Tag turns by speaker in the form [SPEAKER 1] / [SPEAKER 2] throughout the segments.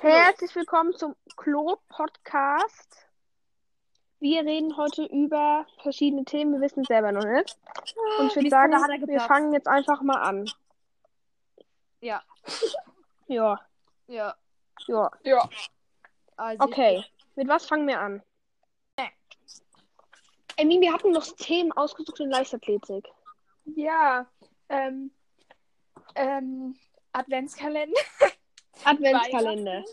[SPEAKER 1] Herzlich willkommen zum Klo-Podcast. Wir reden heute über verschiedene Themen. Wir wissen es selber noch nicht. Und ich würde
[SPEAKER 2] Mist,
[SPEAKER 1] sagen,
[SPEAKER 2] da Ah, hat er
[SPEAKER 1] wir
[SPEAKER 2] geplatzt.
[SPEAKER 1] fangen jetzt einfach mal an.
[SPEAKER 2] Ja.
[SPEAKER 1] Ja,
[SPEAKER 2] Ja.
[SPEAKER 1] ja.
[SPEAKER 2] Ja. Also
[SPEAKER 1] Okay. Mit was fangen wir an?
[SPEAKER 2] Äh.
[SPEAKER 1] Emin, wir hatten noch Themen ausgesucht in Leichtathletik.
[SPEAKER 2] Ja. Ähm, ähm, Adventskalender.
[SPEAKER 1] Adventskalender.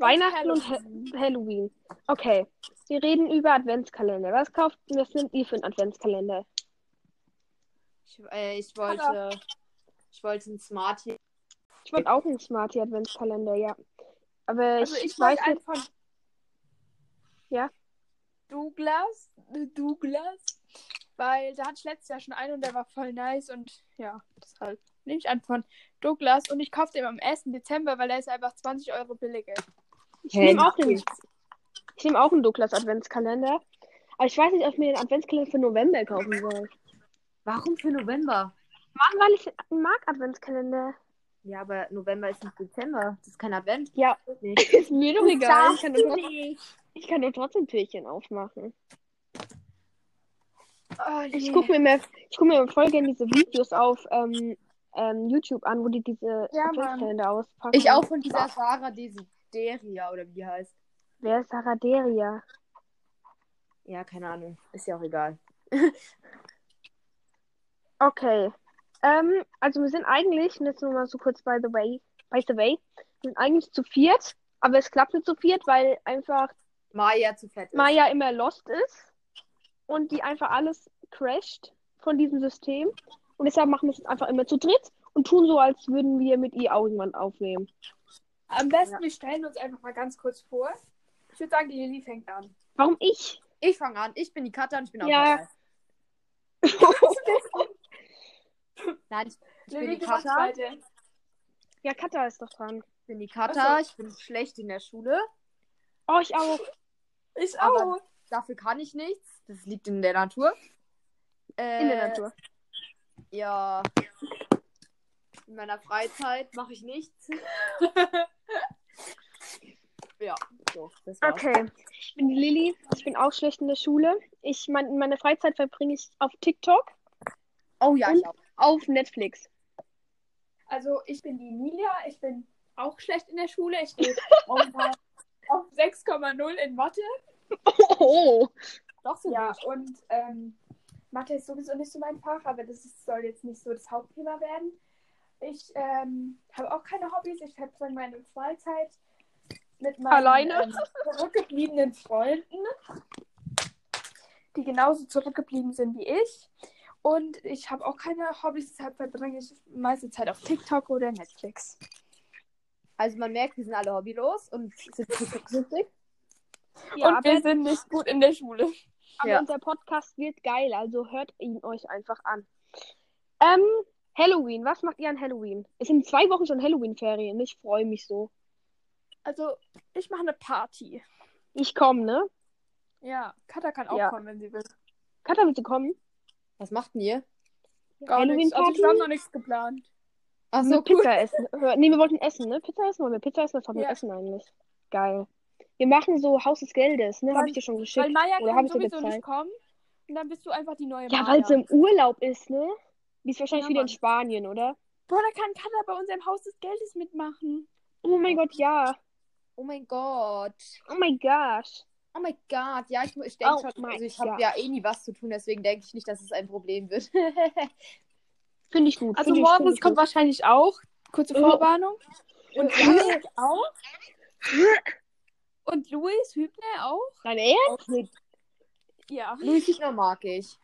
[SPEAKER 1] Weihnachten und Halloween. Okay. Wir reden über Adventskalender. Was kauft, was nimmt ihr für einen Adventskalender?
[SPEAKER 3] Ich, äh, ich wollte. Ich wollte ein Smarty.
[SPEAKER 1] Ich wollte auch einen Smarty Adventskalender, ja. Aber
[SPEAKER 2] Also
[SPEAKER 1] ich,
[SPEAKER 2] ich
[SPEAKER 1] weiß
[SPEAKER 2] weiß
[SPEAKER 1] nicht.
[SPEAKER 2] einfach.
[SPEAKER 1] Ja.
[SPEAKER 2] Douglas. äh, Douglas. Weil da hatte ich letztes Jahr schon einen und der war voll nice und ja, deshalb nehme ich einen von Douglas und ich kaufe den am 1. Dezember, weil der ist einfach 20 Euro billiger.
[SPEAKER 1] Ich nehme auch, einen- ich nehm auch einen Douglas Adventskalender. Aber ich weiß nicht, ob ich mir den Adventskalender für November kaufen soll.
[SPEAKER 3] Warum für November?
[SPEAKER 1] Mann, weil ich mag Adventskalender.
[SPEAKER 3] Ja, aber November ist nicht Dezember. Das ist kein Advent.
[SPEAKER 1] Ja.
[SPEAKER 3] Nicht.
[SPEAKER 1] Ist mir doch egal. Ich kann doch, trotzdem-
[SPEAKER 3] nicht.
[SPEAKER 1] ich kann doch trotzdem Türchen aufmachen.
[SPEAKER 2] Oh,
[SPEAKER 1] Ich
[SPEAKER 2] je.
[SPEAKER 1] gucke mir mehr, ich guck mir immer voll gerne diese Videos auf ähm, ähm, YouTube an, wo die diese
[SPEAKER 2] Ja, Mann.
[SPEAKER 1] Adventskalender auspacken.
[SPEAKER 3] Ich auch von dieser Sarah Desideria oder wie die heißt.
[SPEAKER 1] Wer ist Sarah Deria?
[SPEAKER 3] Ja, keine Ahnung. Ist ja auch egal.
[SPEAKER 1] Okay. Ähm, also wir sind eigentlich, und jetzt nur mal so kurz by the way, by the way, wir sind eigentlich zu viert, aber es klappt nicht zu viert, weil einfach
[SPEAKER 3] Maya zu fett. ist.
[SPEAKER 1] Maya immer lost ist und die einfach alles crasht von diesem System. Und deshalb machen wir es jetzt einfach immer zu dritt und tun so, als würden wir mit ihr irgendwann aufnehmen.
[SPEAKER 2] Am besten, wir stellen uns einfach mal ganz kurz vor. Ich würde sagen, die Lilly fängt an.
[SPEAKER 1] Warum ich?
[SPEAKER 3] Ich fange an. Ich bin die Katja und ich bin auch
[SPEAKER 1] Ja.
[SPEAKER 3] dabei. Nein, ich
[SPEAKER 2] Lilly,
[SPEAKER 3] bin die
[SPEAKER 2] du machst
[SPEAKER 3] Katja.
[SPEAKER 2] weiter.
[SPEAKER 1] ja, Katha ist doch dran.
[SPEAKER 3] bin die Katja.
[SPEAKER 2] Ach
[SPEAKER 3] Ich bin schlecht in der Schule.
[SPEAKER 1] Oh, ich auch.
[SPEAKER 2] Ich
[SPEAKER 3] Aber-
[SPEAKER 2] auch.
[SPEAKER 3] Dafür kann ich nichts. Das liegt in der Natur.
[SPEAKER 1] In
[SPEAKER 3] Äh,
[SPEAKER 1] der Natur.
[SPEAKER 3] Ja. In meiner Freizeit mache ich nichts. ja, so. Das war's.
[SPEAKER 1] Okay. Ich bin die Lilly. Ich bin auch schlecht in der Schule. Ich mein, meine Freizeit verbringe ich auf TikTok,
[SPEAKER 3] Oh ja, ich auch.
[SPEAKER 1] auf Netflix.
[SPEAKER 2] Also ich bin die Emilia, ich bin auch schlecht in der Schule. Ich gehe momentan auf 6,0 in Mathe.
[SPEAKER 1] Oh,
[SPEAKER 3] Doch so
[SPEAKER 2] Ja,
[SPEAKER 3] gut.
[SPEAKER 2] und ähm, Mathe ist sowieso nicht so mein Fach, aber das ist, soll jetzt nicht so das Hauptthema werden. Ich ähm, habe auch keine Hobbys. Ich verbringe meine Freizeit mit meinen
[SPEAKER 1] Alleine?
[SPEAKER 2] ähm, zurückgebliebenen Freunden, die genauso zurückgeblieben sind wie ich. Und ich habe auch keine Hobbys, deshalb verbringe ich meiste Zeit auf TikTok oder Netflix.
[SPEAKER 3] Also man merkt, wir sind alle hobbylos und sind nicht lustig.
[SPEAKER 1] ja,
[SPEAKER 2] und
[SPEAKER 1] aber,
[SPEAKER 2] wir sind nicht gut in der Schule.
[SPEAKER 1] aber
[SPEAKER 3] ja.
[SPEAKER 1] unser Podcast wird geil, also hört ihn euch einfach an. Ähm, Halloween, was macht ihr an Halloween? Es sind zwei Wochen schon Halloween-Ferien, ich freue mich so.
[SPEAKER 2] Also, ich mache eine Party.
[SPEAKER 1] Ich komme, ne?
[SPEAKER 2] Ja, Katha kann auch
[SPEAKER 1] Ja.
[SPEAKER 2] kommen, wenn sie will.
[SPEAKER 1] Katha, willst du kommen?
[SPEAKER 3] Was macht denn ihr?
[SPEAKER 2] Gar nichts. Also,
[SPEAKER 1] Halloween-Party?
[SPEAKER 2] wir haben noch nichts geplant.
[SPEAKER 3] Ach
[SPEAKER 1] Mit
[SPEAKER 3] so, cool.
[SPEAKER 1] Pizza essen. Äh, Nee, wir wollten essen, ne? Pizza essen wollen wir. Pizza essen, was haben wir
[SPEAKER 2] Ja.
[SPEAKER 1] essen eigentlich? Geil. Wir machen so Haus des Geldes, ne? Habe
[SPEAKER 2] Weil-
[SPEAKER 1] ich dir schon
[SPEAKER 2] Weil
[SPEAKER 1] geschickt.
[SPEAKER 2] Maya
[SPEAKER 1] Oder hab
[SPEAKER 2] kann
[SPEAKER 1] ich dir
[SPEAKER 2] sowieso
[SPEAKER 1] gezeigt?
[SPEAKER 2] nicht kommen. Und dann bist du einfach die neue
[SPEAKER 1] Ja,
[SPEAKER 2] Maya.
[SPEAKER 1] weil sie im Urlaub ist, ne? Die ist wahrscheinlich
[SPEAKER 3] Ja,
[SPEAKER 1] wieder in
[SPEAKER 3] Mann.
[SPEAKER 1] Spanien, oder?
[SPEAKER 2] Boah, da kann Katha bei unserem Haus des Geldes mitmachen.
[SPEAKER 1] Oh mein Gott, ja.
[SPEAKER 3] Oh mein Gott.
[SPEAKER 1] Oh mein gosh.
[SPEAKER 3] Oh mein Gott. Ja, ich, mu- ich denke
[SPEAKER 1] Oh
[SPEAKER 3] schon,
[SPEAKER 1] mein
[SPEAKER 3] also ich habe
[SPEAKER 1] Gott.
[SPEAKER 3] ja eh nie was zu tun, deswegen denke ich nicht, dass es ein Problem wird.
[SPEAKER 1] Finde ich gut.
[SPEAKER 2] Also
[SPEAKER 1] find ich-
[SPEAKER 2] morgen,
[SPEAKER 1] find
[SPEAKER 2] es
[SPEAKER 1] ich
[SPEAKER 2] kommt
[SPEAKER 1] gut.
[SPEAKER 2] wahrscheinlich auch. Kurze
[SPEAKER 1] Oh.
[SPEAKER 2] Vorwarnung.
[SPEAKER 3] Und
[SPEAKER 2] Janik auch. Und Luis Hübner auch.
[SPEAKER 1] Nein, ey?
[SPEAKER 3] okay,
[SPEAKER 2] Ja.
[SPEAKER 3] Luis Fichtner mag ich.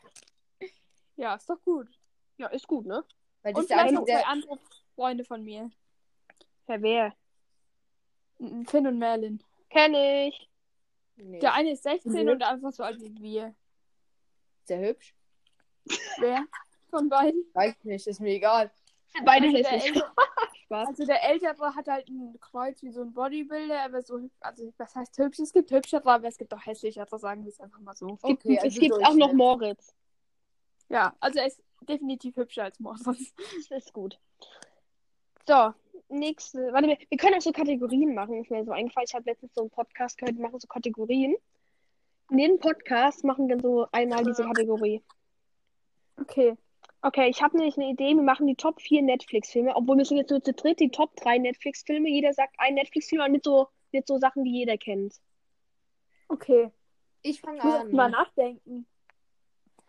[SPEAKER 2] Ja, ist doch gut.
[SPEAKER 1] Ja, ist gut, ne?
[SPEAKER 3] Weil das
[SPEAKER 2] Und
[SPEAKER 3] ist der
[SPEAKER 2] vielleicht
[SPEAKER 3] einzige,
[SPEAKER 2] noch zwei
[SPEAKER 3] der.
[SPEAKER 2] andere Freunde von mir.
[SPEAKER 1] Ja, wer?
[SPEAKER 2] Mhm, Finn und Merlin.
[SPEAKER 1] Kenn ich.
[SPEAKER 3] Nee,
[SPEAKER 2] Der eine ist 16
[SPEAKER 3] Mhm.
[SPEAKER 2] und der andere ist so alt wie wir.
[SPEAKER 3] sehr hübsch.
[SPEAKER 2] Wer? Von beiden.
[SPEAKER 3] Weiß ich nicht, ist mir egal.
[SPEAKER 1] Beide
[SPEAKER 2] Also der,
[SPEAKER 1] hässlich.
[SPEAKER 2] Ältere, also der Ältere hat halt ein Kreuz wie so ein Bodybuilder, aber so, hübsch- also was heißt hübsch? Es gibt hübschere, aber es gibt auch hässlichere, sagen wir es einfach mal so.
[SPEAKER 1] Es gibt,
[SPEAKER 3] Okay,
[SPEAKER 1] es
[SPEAKER 3] also
[SPEAKER 1] gibt auch
[SPEAKER 3] Durchschnitt.
[SPEAKER 1] noch Moritz.
[SPEAKER 2] Ja, also er ist definitiv hübscher als Morris.
[SPEAKER 1] Das ist gut. So, nächste. Warte, wir, wir können auch so Kategorien machen. Ist mir so eingefallen. Ich habe letztens so einen Podcast gehört, die machen so Kategorien. In jedem Podcast machen wir so einmal diese Kategorie.
[SPEAKER 2] Okay.
[SPEAKER 1] Okay, ich habe nämlich eine Idee. Wir machen die Top 4 Netflix-Filme. Obwohl wir sind jetzt nur zu dritt die Top 3 Netflix-Filme. Jeder sagt einen Netflix-Film und nicht so, nicht so Sachen, die jeder kennt.
[SPEAKER 2] Okay.
[SPEAKER 3] Ich fange
[SPEAKER 2] Ich muss erst mal
[SPEAKER 3] an.
[SPEAKER 2] nachdenken.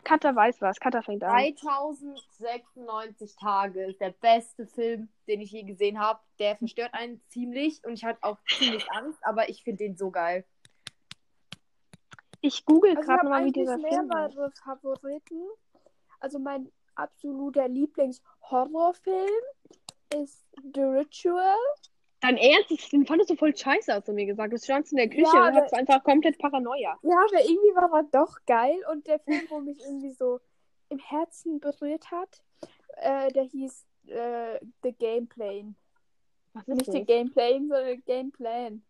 [SPEAKER 1] Katha weiß was. Katha fängt an.
[SPEAKER 3] 3096 Tage ist der beste Film, den ich je gesehen habe. Der verstört einen ziemlich und ich hatte auch ziemlich Angst, aber ich finde den so geil.
[SPEAKER 1] Ich google
[SPEAKER 2] Also ich
[SPEAKER 1] gerade
[SPEAKER 2] habe
[SPEAKER 1] mal, wie
[SPEAKER 2] eigentlich
[SPEAKER 1] dieser Film heißt.
[SPEAKER 2] mehrere Favoriten. Also mein absoluter Lieblings-Horrorfilm ist The Ritual.
[SPEAKER 1] Dein Ernst? Das- Den fandest du voll scheiße, hast du mir gesagt. Du standst in der Küche
[SPEAKER 2] Ja,
[SPEAKER 1] und
[SPEAKER 2] aber-
[SPEAKER 1] hattest einfach komplett Paranoia.
[SPEAKER 2] Ja, aber irgendwie war er doch geil. Und der Film, wo mich irgendwie so im Herzen berührt hat, äh, der hieß äh, The Game Plan.
[SPEAKER 1] Was
[SPEAKER 2] Nicht
[SPEAKER 1] ist
[SPEAKER 2] The
[SPEAKER 1] das?
[SPEAKER 2] Game Plan, sondern Game Plan.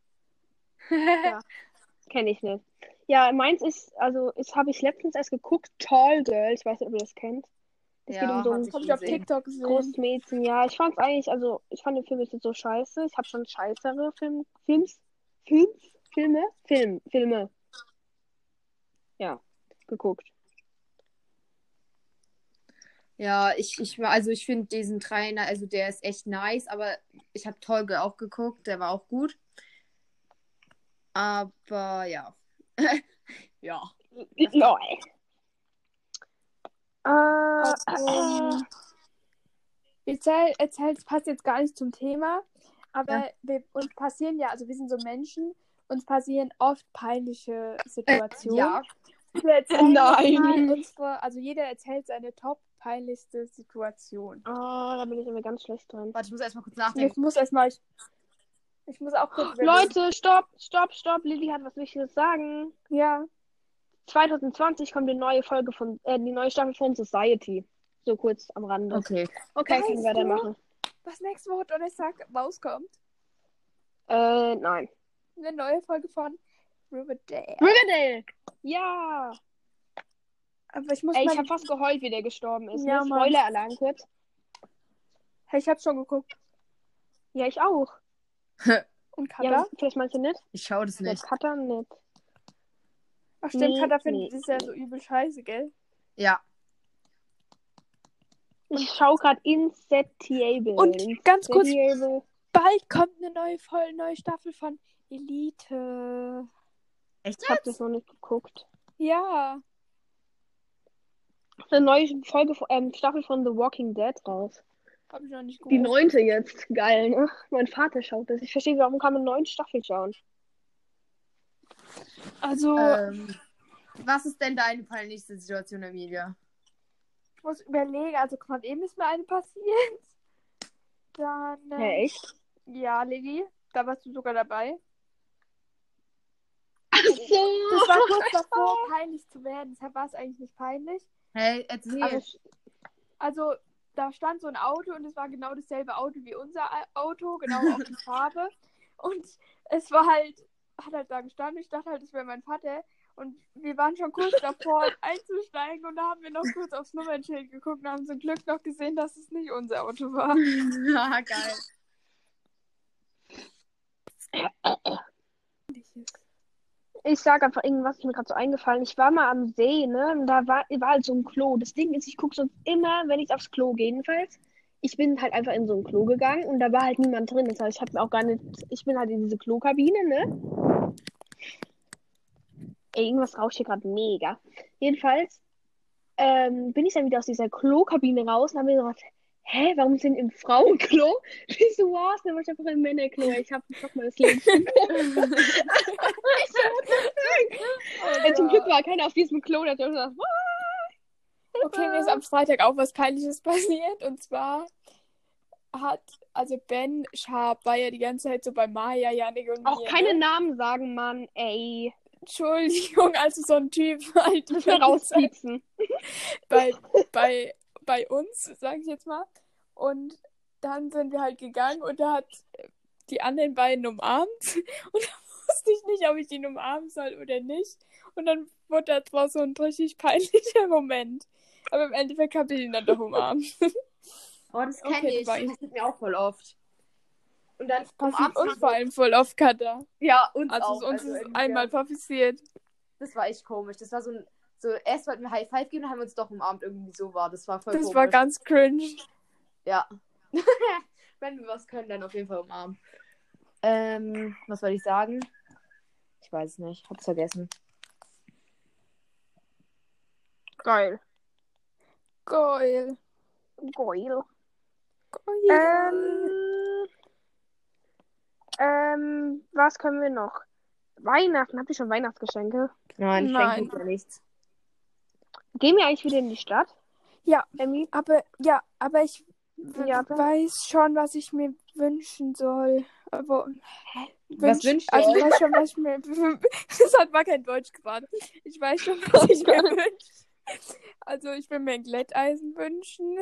[SPEAKER 1] Kenne ich nicht. Ja, meins ist, also ist, habe ich letztens erst geguckt, Tall Girl. Ich weiß nicht, ob ihr das kennt. Es geht um so
[SPEAKER 3] hab
[SPEAKER 1] ein
[SPEAKER 2] Das habe ich auf
[SPEAKER 3] Ah, gesehen.
[SPEAKER 2] TikTok gesehen.
[SPEAKER 1] großes Mädchen. Ja, ich fand's eigentlich, also ich fand den Film jetzt nicht so scheiße. Ich habe schon scheißere Film, Films, Films, Filme, Film, Filme. Ja, geguckt.
[SPEAKER 3] Ja, ich, ich war, also ich finde diesen Trainer, also der ist echt nice, aber ich habe Tolge auch geguckt, der war auch gut. Aber ja. ja.
[SPEAKER 1] Lol. Ah, oh,
[SPEAKER 2] ähm, Erzähl, erzähl, es passt jetzt gar nicht zum Thema, aber wir, uns passieren ja, also wir sind so Menschen, uns passieren oft peinliche Situationen.
[SPEAKER 3] Ja.
[SPEAKER 2] Wir erzählen
[SPEAKER 1] Nein.
[SPEAKER 2] mal Unsere, also jeder erzählt seine top peinlichste Situation.
[SPEAKER 1] Oh, da bin ich immer ganz schlecht drin.
[SPEAKER 3] Warte, ich muss erstmal kurz
[SPEAKER 2] Ich
[SPEAKER 3] nachdenken.
[SPEAKER 2] muss erstmal, ich, ich muss auch kurz überlegen.
[SPEAKER 1] Leute, stopp, stopp, stopp. Lilly hat was Wichtiges zu sagen.
[SPEAKER 2] Ja,
[SPEAKER 1] 2020 kommt die neue Folge von, äh, die neue Staffel von Society. So kurz am Rande.
[SPEAKER 3] Okay.
[SPEAKER 1] Okay,
[SPEAKER 2] Weißt
[SPEAKER 1] können wir dann
[SPEAKER 2] du?
[SPEAKER 1] machen.
[SPEAKER 2] was nächste Woche Donnerstag rauskommt,
[SPEAKER 1] Äh, nein.
[SPEAKER 2] eine neue Folge von Riverdale.
[SPEAKER 1] Riverdale! Ja!
[SPEAKER 2] Aber ich muss
[SPEAKER 1] Ey, ich
[SPEAKER 2] mal,
[SPEAKER 1] habe fast geheult, wie der gestorben ist.
[SPEAKER 2] Ja,
[SPEAKER 1] ne?
[SPEAKER 2] Mann.
[SPEAKER 1] Spoiler-Alarm kurz.
[SPEAKER 2] hey, ich habe schon geguckt.
[SPEAKER 1] Ja, ich auch.
[SPEAKER 2] Und
[SPEAKER 1] Ja,
[SPEAKER 2] Kata?
[SPEAKER 1] Ja, vielleicht meinst du nicht?
[SPEAKER 3] Ich schaue das
[SPEAKER 1] Ja,
[SPEAKER 3] nicht.
[SPEAKER 1] Cutter nicht.
[SPEAKER 2] Ach stimmt,
[SPEAKER 1] Nee,
[SPEAKER 2] Kata
[SPEAKER 1] nee.
[SPEAKER 2] findet das ja so übel scheiße, gell?
[SPEAKER 3] Ja.
[SPEAKER 1] Ich schau gerade Insatiable.
[SPEAKER 2] Und ganz kurz,
[SPEAKER 1] Insatiable.
[SPEAKER 2] bald kommt eine neue, voll neue Staffel von Elite.
[SPEAKER 3] Echt
[SPEAKER 1] Ich habe das noch nicht geguckt.
[SPEAKER 2] Ja.
[SPEAKER 1] Eine neue Folge, von- ähm, Staffel von The Walking Dead raus.
[SPEAKER 2] Hab ich noch nicht
[SPEAKER 1] Die
[SPEAKER 2] geguckt.
[SPEAKER 1] neunte jetzt. Geil, ne? Mein Vater schaut das. Ich verstehe, warum kann man neun Staffeln schauen?
[SPEAKER 2] Also,
[SPEAKER 1] Äh.
[SPEAKER 3] Ähm, was ist denn deine peinlichste Situation, Emilia?
[SPEAKER 2] ich muss überlegen. Also, gerade eben ist mir eine passiert. Dann.
[SPEAKER 1] Ja,
[SPEAKER 2] Äh,
[SPEAKER 1] echt?
[SPEAKER 2] ja, Lilly, da warst du sogar dabei. Das
[SPEAKER 1] So.
[SPEAKER 2] war kurz davor, peinlich zu werden. Deshalb war es eigentlich nicht peinlich.
[SPEAKER 3] Hey, erzähl.
[SPEAKER 1] Aber ich,
[SPEAKER 2] Also, da stand so ein Auto und es war genau dasselbe Auto wie unser Auto, genau auch die Farbe. Und es war halt, hat halt da gestanden. Ich dachte halt, es wäre mein Vater. Und wir waren schon kurz davor, einzusteigen und da haben wir noch kurz aufs Nummernschild geguckt und haben zum Glück noch gesehen, dass es nicht unser Auto war.
[SPEAKER 3] ah, geil.
[SPEAKER 1] ich sag einfach irgendwas, ist mir gerade so eingefallen. Ich war mal am See, ne? Und da war, war halt so ein Klo. Das Ding ist, ich gucke sonst immer, wenn ich aufs Klo gehe, jedenfalls. Ich bin halt einfach in so ein Klo gegangen und da war halt niemand drin. Das heißt, ich habe mir auch gar nicht. Ich bin halt in diese Klokabine, ne? Ey, irgendwas rauscht hier gerade mega. Jedenfalls ähm, bin ich dann wieder aus dieser Klokabine raus und habe mir gedacht, hä, warum sind im Frauenklo? Wieso war's denn? Weil ich einfach im Männerklo. Ich habe den Schock meines Lebens. Ey, Äh, Zum Glück war keiner auf diesem Klo, der hat gesagt,
[SPEAKER 2] Okay,
[SPEAKER 1] Ah.
[SPEAKER 2] mir ist am Freitag auch was Peinliches passiert. Und zwar hat, also Ben Sharp war ja die ganze Zeit so bei Maya, Janik und
[SPEAKER 1] Auch
[SPEAKER 2] mir.
[SPEAKER 1] keine
[SPEAKER 2] ne?
[SPEAKER 1] Namen sagen, Mann, ey.
[SPEAKER 2] Entschuldigung, also so ein Typ halt die
[SPEAKER 1] Müssen wir
[SPEAKER 2] ganze Zeit
[SPEAKER 1] rauspiepsen.
[SPEAKER 2] bei, bei, bei uns, sage ich jetzt mal. Und dann sind wir halt gegangen und da hat äh, die anderen beiden umarmt. Und da wusste ich nicht, ob ich ihn umarmen soll oder nicht. Und dann wurde das war so ein richtig peinlicher Moment. Aber im Endeffekt habe ich ihn dann doch umarmt.
[SPEAKER 3] Oh, das
[SPEAKER 2] Okay,
[SPEAKER 3] kenne ich.
[SPEAKER 2] Dubai.
[SPEAKER 3] Das passiert mir auch voll oft. Und dann
[SPEAKER 2] Passiert
[SPEAKER 3] umarmt man
[SPEAKER 2] uns vor allem voll oft, Katha.
[SPEAKER 3] Ja, uns
[SPEAKER 2] Also
[SPEAKER 3] auch.
[SPEAKER 2] es uns
[SPEAKER 3] Also
[SPEAKER 2] ist
[SPEAKER 3] irgendwie,
[SPEAKER 2] einmal
[SPEAKER 3] Ja.
[SPEAKER 2] passiert.
[SPEAKER 3] Das war echt komisch. Das war so ein. So, erst wollten wir High Five geben, dann haben wir uns doch umarmt. Irgendwie so war. Das war voll
[SPEAKER 2] Das
[SPEAKER 3] komisch.
[SPEAKER 2] war ganz cringe.
[SPEAKER 3] Ja. Wenn wir was können, dann auf jeden Fall umarmen. Ähm, was wollte ich sagen? Ich weiß es nicht. Hab's vergessen.
[SPEAKER 1] Geil.
[SPEAKER 2] Geil.
[SPEAKER 1] Geil.
[SPEAKER 2] Geil.
[SPEAKER 1] Ähm, ähm, was können wir noch? Weihnachten. Habt ihr schon Weihnachtsgeschenke?
[SPEAKER 3] Nein, ich
[SPEAKER 2] Nein.
[SPEAKER 3] denke ja nichts.
[SPEAKER 1] Gehen wir eigentlich wieder in die Stadt?
[SPEAKER 2] Ja.
[SPEAKER 1] Emmy?
[SPEAKER 2] Aber ja, aber ich w-
[SPEAKER 1] Ja, aber-
[SPEAKER 2] weiß schon, was ich mir wünschen soll. Aber
[SPEAKER 3] Was
[SPEAKER 2] wünsch-
[SPEAKER 3] wünscht ihr
[SPEAKER 2] Also
[SPEAKER 3] euch?
[SPEAKER 2] ich weiß schon, was ich mir. Das hat mal kein Deutsch gesagt. Ich weiß schon, was ich mir wünsche. Also ich will mir ein Glätteisen wünschen.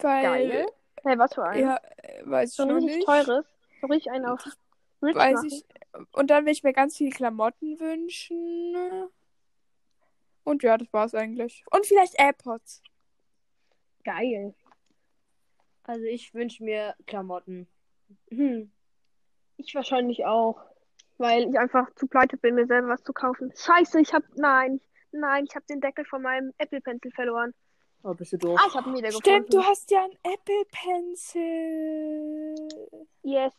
[SPEAKER 2] Weil
[SPEAKER 1] Geil. Hey, was für ein?
[SPEAKER 2] ja, äh, weiß ich
[SPEAKER 1] so ein
[SPEAKER 2] noch
[SPEAKER 1] richtig
[SPEAKER 2] nicht.
[SPEAKER 1] teures. So richtig einen auf rich
[SPEAKER 2] Weiß
[SPEAKER 1] machen.
[SPEAKER 2] ich. Und dann will ich mir ganz viele Klamotten wünschen. Und ja, das war's eigentlich. Und vielleicht AirPods.
[SPEAKER 1] Geil.
[SPEAKER 3] Also ich wünsche mir Klamotten. Hm.
[SPEAKER 1] Ich wahrscheinlich auch. Weil ich einfach zu pleite bin, mir selber was zu kaufen. Scheiße, ich hab. Nein. Nein, ich hab den Deckel von meinem Apple Pencil verloren.
[SPEAKER 3] Oh, bist du doof.
[SPEAKER 1] Ah, ich hab ihn wieder gefunden.
[SPEAKER 2] Stimmt, du hast ja einen Apple Pencil.
[SPEAKER 1] Yes.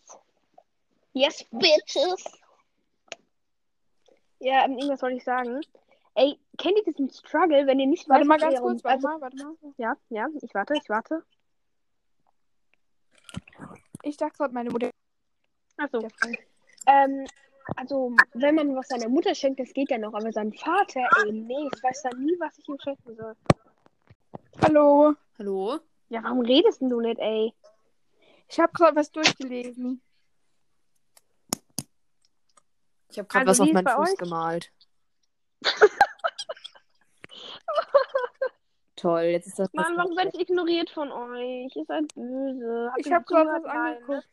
[SPEAKER 1] Yes, bitches. Ja, ähm, irgendwas wollte ich sagen. Ey, kennt ihr diesen Struggle, wenn ihr nicht
[SPEAKER 2] Warte
[SPEAKER 1] weiß,
[SPEAKER 2] mal
[SPEAKER 1] ob ihr
[SPEAKER 2] ganz
[SPEAKER 1] um-
[SPEAKER 2] kurz, warte
[SPEAKER 1] also,
[SPEAKER 2] mal, warte mal.
[SPEAKER 1] Ja, ja, ich warte, ich warte.
[SPEAKER 2] Ich dachte gerade, meine Mutter.
[SPEAKER 1] Achso. Ähm, also, wenn man was seiner Mutter schenkt, das geht ja noch, aber sein Vater, ey, nee, ich weiß da nie, was ich ihm schenken soll.
[SPEAKER 2] Hallo.
[SPEAKER 3] Hallo?
[SPEAKER 1] Ja, warum redest denn du nicht, ey?
[SPEAKER 2] Ich habe gerade was durchgelesen.
[SPEAKER 3] Ich habe
[SPEAKER 1] Also, wie ist bei euch?
[SPEAKER 3] gemalt. Toll, jetzt ist das.
[SPEAKER 1] Mann, warum werde ich ignoriert von euch? Ihr seid böse. Habt
[SPEAKER 2] Ich
[SPEAKER 1] ihr
[SPEAKER 2] habe gerade was
[SPEAKER 1] zugehört? Nein, ne?
[SPEAKER 2] angeguckt.